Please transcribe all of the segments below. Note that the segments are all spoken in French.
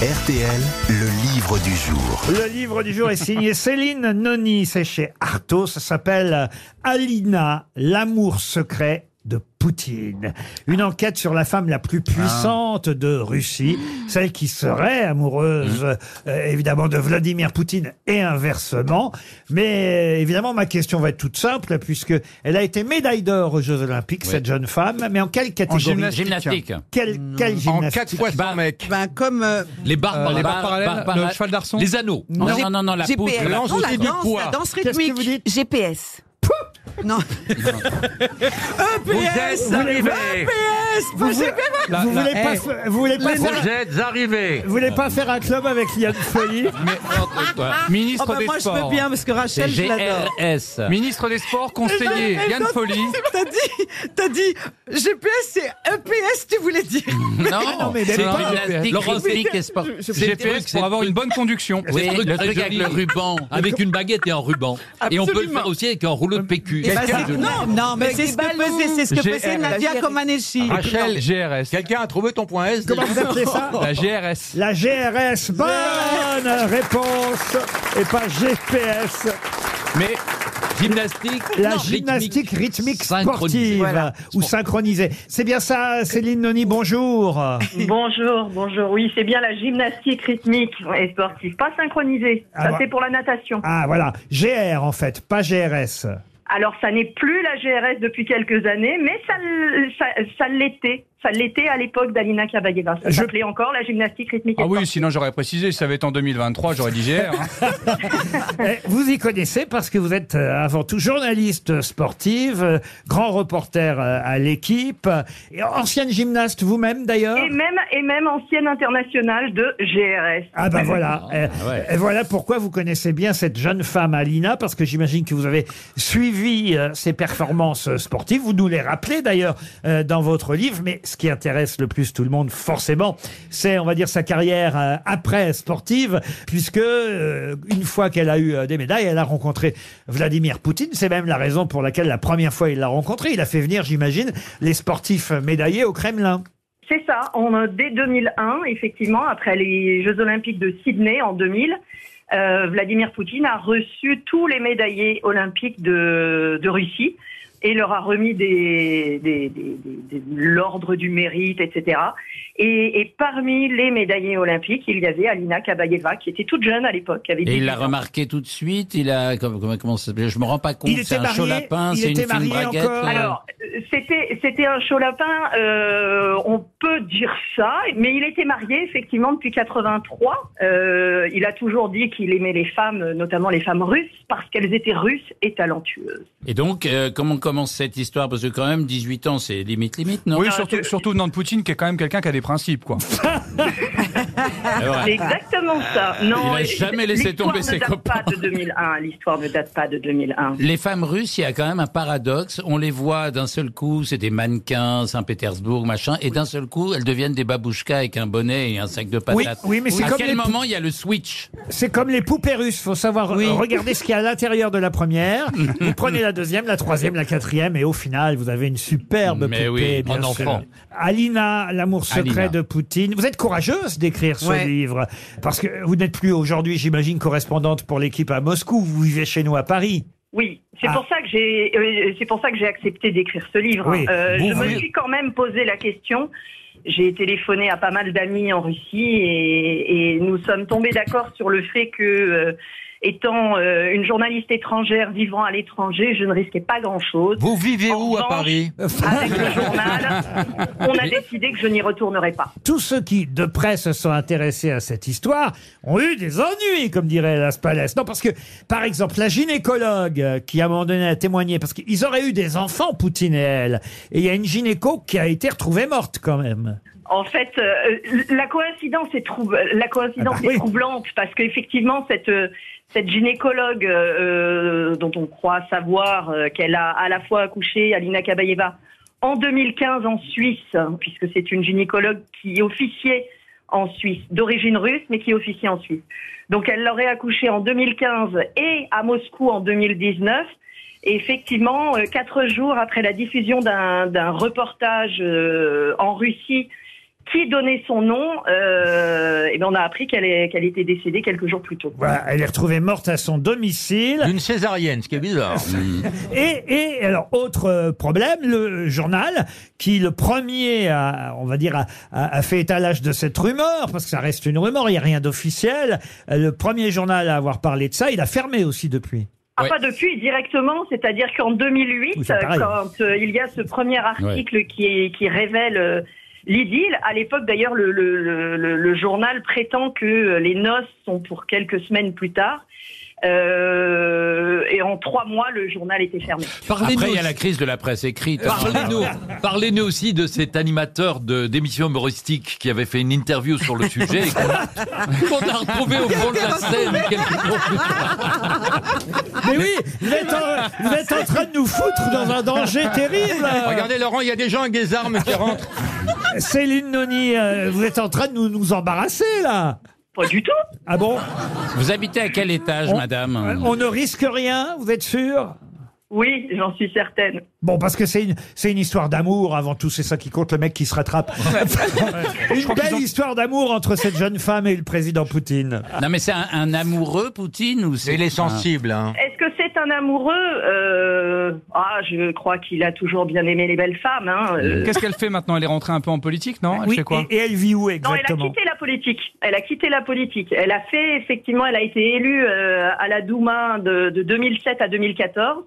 RTL, le livre du jour. Le livre du jour est signé Céline Noni, c'est chez Artaud, ça s'appelle euh, Alina, l'amour secret de Poutine. Une enquête sur la femme la plus puissante de Russie, celle qui serait amoureuse euh, évidemment de Vladimir Poutine et inversement. Mais euh, évidemment, ma question va être toute simple puisque elle a été médaille d'or aux Jeux Olympiques, cette jeune femme. Mais en quelle catégorie gymnastique. Gymnastique. Quelle, quelle En gymnastique 4 fois 100 mecs. Ben, comme euh, Les barres Euh, les barres parallèles, le cheval d'arçon Les anneaux. Non, non, non, non, la poutre. GPS. la lance non, poutre. la aussi du danse, poids. la danse Qu'est-ce que vous rythmique. dites GPS. Non. EPS. Vous voulez- EPS. Vous La- vous la- voulez pas Eh, fa- vous voulez pas faire- êtes arrivés. Vous voulez pas faire un club avec Liane Folie Ministre Oh, bah, des moi, je Sports. peux bien parce que C'est Rachel, je l'adore. GRS. Ministre des Sports, conseiller Mais Yann non, Folly. T'as dit, t'as dit, GPS, c'est EPS, tu voulais dire. Non, mais c'est même pas. gymnastique, Laurent, rythmique et sport. C'est le GPS truc, pour c'est- avoir une bonne conduction. Oui, C'est un truc le très truc avec joli. le ruban. Avec une baguette et un ruban. Et on peut le faire aussi avec un rouleau de PQ. Eh ben, c'est- non, non, mais c'est ce que faisait, c'est ce que faisait Nadia Comaneci. Rachel, GRS. Quelqu'un a trouvé ton point S Comment vous appelez ça La GRS. La GRS, bonne réponse et pas GPS. Mais Gymnastique. La non, gymnastique rythmique sportive synchronisée. Voilà. ou synchronisée. C'est bien ça, Céline Noni, bonjour. Bonjour, bonjour. Oui, c'est bien la gymnastique rythmique et sportive, pas synchronisée. Ah ça, bah. c'est pour la natation. Ah voilà, GR en fait, pas GRS. Alors, ça n'est plus la GRS depuis quelques années, mais ça, l- ça, ça l'était. Ça l'était à l'époque d'Alina Kabayeva. Ça Je- s'appelait encore la gymnastique rythmique. et Ah oui, sportive. sinon j'aurais précisé, ça va être en 2023, j'aurais dit GR. hein. Eh, Vous y connaissez parce que vous êtes euh, avant tout journaliste sportive, euh, grand reporter euh, à l'équipe, euh, et ancienne gymnaste vous-même d'ailleurs. Et même, et même ancienne internationale de GRS. Ah ben voilà. Euh, ouais. euh, voilà pourquoi vous connaissez bien cette jeune femme Alina, parce que j'imagine que vous avez suivi euh, ses performances euh, sportives. Vous nous les rappelez d'ailleurs euh, dans votre livre, mais ce qui intéresse le plus tout le monde, forcément, c'est, on va dire, sa carrière euh, après sportive, puisque euh, une fois qu'elle a eu euh, des médailles, elle a rencontré Vladimir Poutine. C'est même la raison pour laquelle la première fois il l'a rencontré, il a fait venir, j'imagine, les sportifs médaillés au Kremlin. C'est ça. On, euh, dès 2001, effectivement, après les Jeux Olympiques de Sydney en 2000, euh, Vladimir Poutine a reçu tous les médaillés olympiques de, de Russie et leur a remis des, des- des- des- des- l'ordre du mérite, etc. Et, et parmi les médaillés olympiques, il y avait Alina Kabayeva, qui était toute jeune à l'époque. qui avait Et il 18 l'a ans. remarqué tout de suite. Il a comment, comment- comment ça s'appelle Je me rends pas compte. Il était C'est un marié, chaud lapin. il C'est une était fine marié braguette. encore. euh, Alors, euh, c'était c'était un chaud lapin, euh, on peut dire ça, mais il était marié effectivement depuis 83. Euh, il a toujours dit qu'il aimait les femmes, notamment les femmes russes, parce qu'elles étaient russes et talentueuses. Et donc, euh, comment commence cette histoire Parce que quand même, 18 ans, c'est limite, limite, non Oui, surtout, surtout venant de Poutine, qui est quand même quelqu'un qui a des principes, quoi. Ah ouais. C'est exactement ça. Non, Il a jamais laissé l'histoire tomber ne ses date copains. Pas de 2001. L'histoire ne date pas de 2001. Les femmes russes, il y a quand même un paradoxe. On les voit d'un seul coup, c'est des mannequins, Saint-Pétersbourg, machin, et d'un seul coup, elles deviennent des babouchkas avec un bonnet et un sac de Oui, patates. oui, mais c'est à comme quel les pou- moment il y a le switch C'est comme les poupées russes, faut savoir euh, regarder ce qu'il y a à l'intérieur de la première. vous prenez la deuxième, la troisième, la quatrième, et au final, vous avez une superbe Mais poupée. oui, bien en sûr. enfant. Alina, l'amour secret Alina. de Poutine. Vous êtes courageuse d'écrire ce Ouais. livre, parce que vous n'êtes plus aujourd'hui, j'imagine, correspondante pour l'équipe à Moscou. Vous vivez chez nous à Paris. Oui, c'est Ah. pour ça que j'ai euh, c'est pour ça que j'ai accepté d'écrire ce livre. Oui. Euh, Vous je me voulez- suis quand même posé la question. J'ai téléphoné à pas mal d'amis en Russie et, et nous sommes tombés d'accord sur le fait que, euh, étant euh, une journaliste étrangère vivant à l'étranger, je ne risquais pas grand-chose. Vous vivez En où à revanche- Paris Avec le journal, on a décidé que je n'y retournerai pas. Tous ceux qui, de près, se sont intéressés à cette histoire ont eu des ennuis, comme dirait Las Palais. Non, parce que, par exemple, la gynécologue euh, qui, à un moment donné, a témoigné, parce qu'ils auraient eu des enfants, Poutine et elle. Et il y a une gynéco qui a été retrouvée morte, quand même. En fait, euh, la coïncidence est, troub- la coïncidence Ah bah oui. est troublante parce qu'effectivement, cette, euh, cette gynécologue euh, euh, dont on croit savoir euh, qu'elle a à la fois accouché Alina Kabayeva en 2015 en Suisse, hein, puisque c'est une gynécologue qui officiait en Suisse, d'origine russe, mais qui officiait en Suisse. Donc elle l'aurait accouché en 2015 et à Moscou en 2019. Et effectivement, euh, quatre jours après la diffusion d'un d'un reportage euh, en Russie qui donnait son nom, euh, et ben on a appris qu'elle est- qu'elle était décédée quelques jours plus tôt. Voilà, elle est retrouvée morte à son domicile. D'une césarienne, ce qui est bizarre. Hmm. Et, et alors, autre euh, problème, le journal, qui le premier, a, on va dire, a, a- a fait étalage de cette rumeur, parce que ça reste une rumeur, il n'y a rien d'officiel, euh, le premier journal à avoir parlé de ça, il a fermé aussi depuis. Ah, Ouais. pas depuis, directement, c'est-à-dire qu'en 2008, Oui, c'est pareil. quand euh, il y a ce premier article qui, est- qui révèle euh, l'idylle, à l'époque d'ailleurs, le, le- le- le- le journal prétend que euh, les noces sont pour quelques semaines plus tard. Euh, et en trois mois, le journal était fermé. Après, il Parlez-nous y a la crise de la presse écrite. hein. parlez-nous- parlez-nous aussi de cet animateur de- d'émission humoristique qui avait fait une interview sur le sujet et qu'on a, qu'on a retrouvé au fond de la scène quelques jours plus tard. Mais oui, vous êtes, en, vous êtes en train de nous foutre dans un danger terrible. Regardez, Laurent, il y a des gens avec des armes qui rentrent. Céline Noni, euh, vous êtes en train de nous, nous embarrasser là. Pas du tout. Ah bon Vous habitez à quel étage, On- madame On ne risque rien, vous êtes sûr Oui, j'en suis certaine. Bon, parce que c'est une, c'est une histoire d'amour avant tout, c'est ça qui compte, le mec qui se rattrape. une crois qu'ils belle ont- histoire d'amour entre cette jeune femme et le président Poutine. Non, mais c'est un, un amoureux, Poutine, ou c'est Il est sensible. Hein. Est-ce que c'est un amoureux Euh, Ah, je crois qu'il a toujours bien aimé les belles femmes. Hein. Euh, Qu'est-ce qu'elle fait maintenant Elle est rentrée un peu en politique, non Ah, Elle Oui, fait quoi et, et elle vit où Non, elle a exactement quitté la politique. Elle a quitté la politique. Elle a fait, effectivement, elle a été élue euh, à la Douma de, de 2007 à 2014.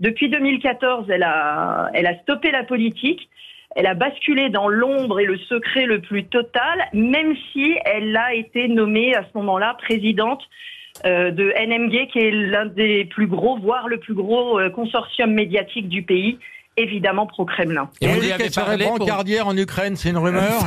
Depuis 2014, elle a, elle a stoppé la politique. Elle a basculé dans l'ombre et le secret le plus total, même si elle a été nommée à ce moment-là présidente euh, de NMG, qui est l'un des plus gros, voire le plus gros euh, consortium médiatique du pays, évidemment pro-Kremlin. Et On vous dit lui avez qu'elle serait parlé pour- brancardière en Ukraine, c'est une rumeur.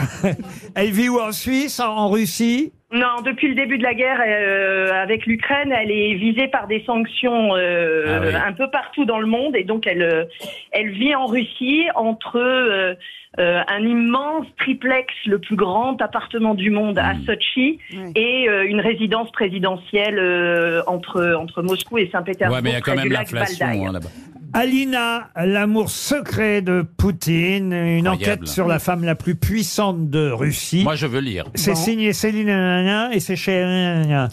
Elle vit où en Suisse, en, en Russie Non, depuis le début de la guerre euh, avec l'Ukraine, elle est visée par des sanctions euh, Ah oui. un peu partout dans le monde et donc elle, euh, elle vit en Russie entre euh, euh, un immense triplex, le plus grand appartement du monde à Mmh. Sochi, Ouais. et euh, une résidence présidentielle euh, entre entre Moscou et Saint-Pétersbourg. Ouais, mais il y a quand près même du lac l'inflation Valdai. hein, là-bas. Alina, l'amour secret de Poutine, une Incroyable. enquête sur la femme la plus puissante de Russie. Moi, je veux lire. C'est signé Céline nanana, et c'est chez nanana.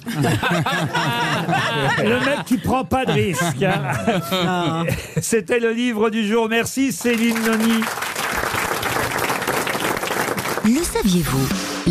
Le mec qui prend pas de risque. hein. C'était le livre du jour. Merci Céline Noni. Le saviez-vous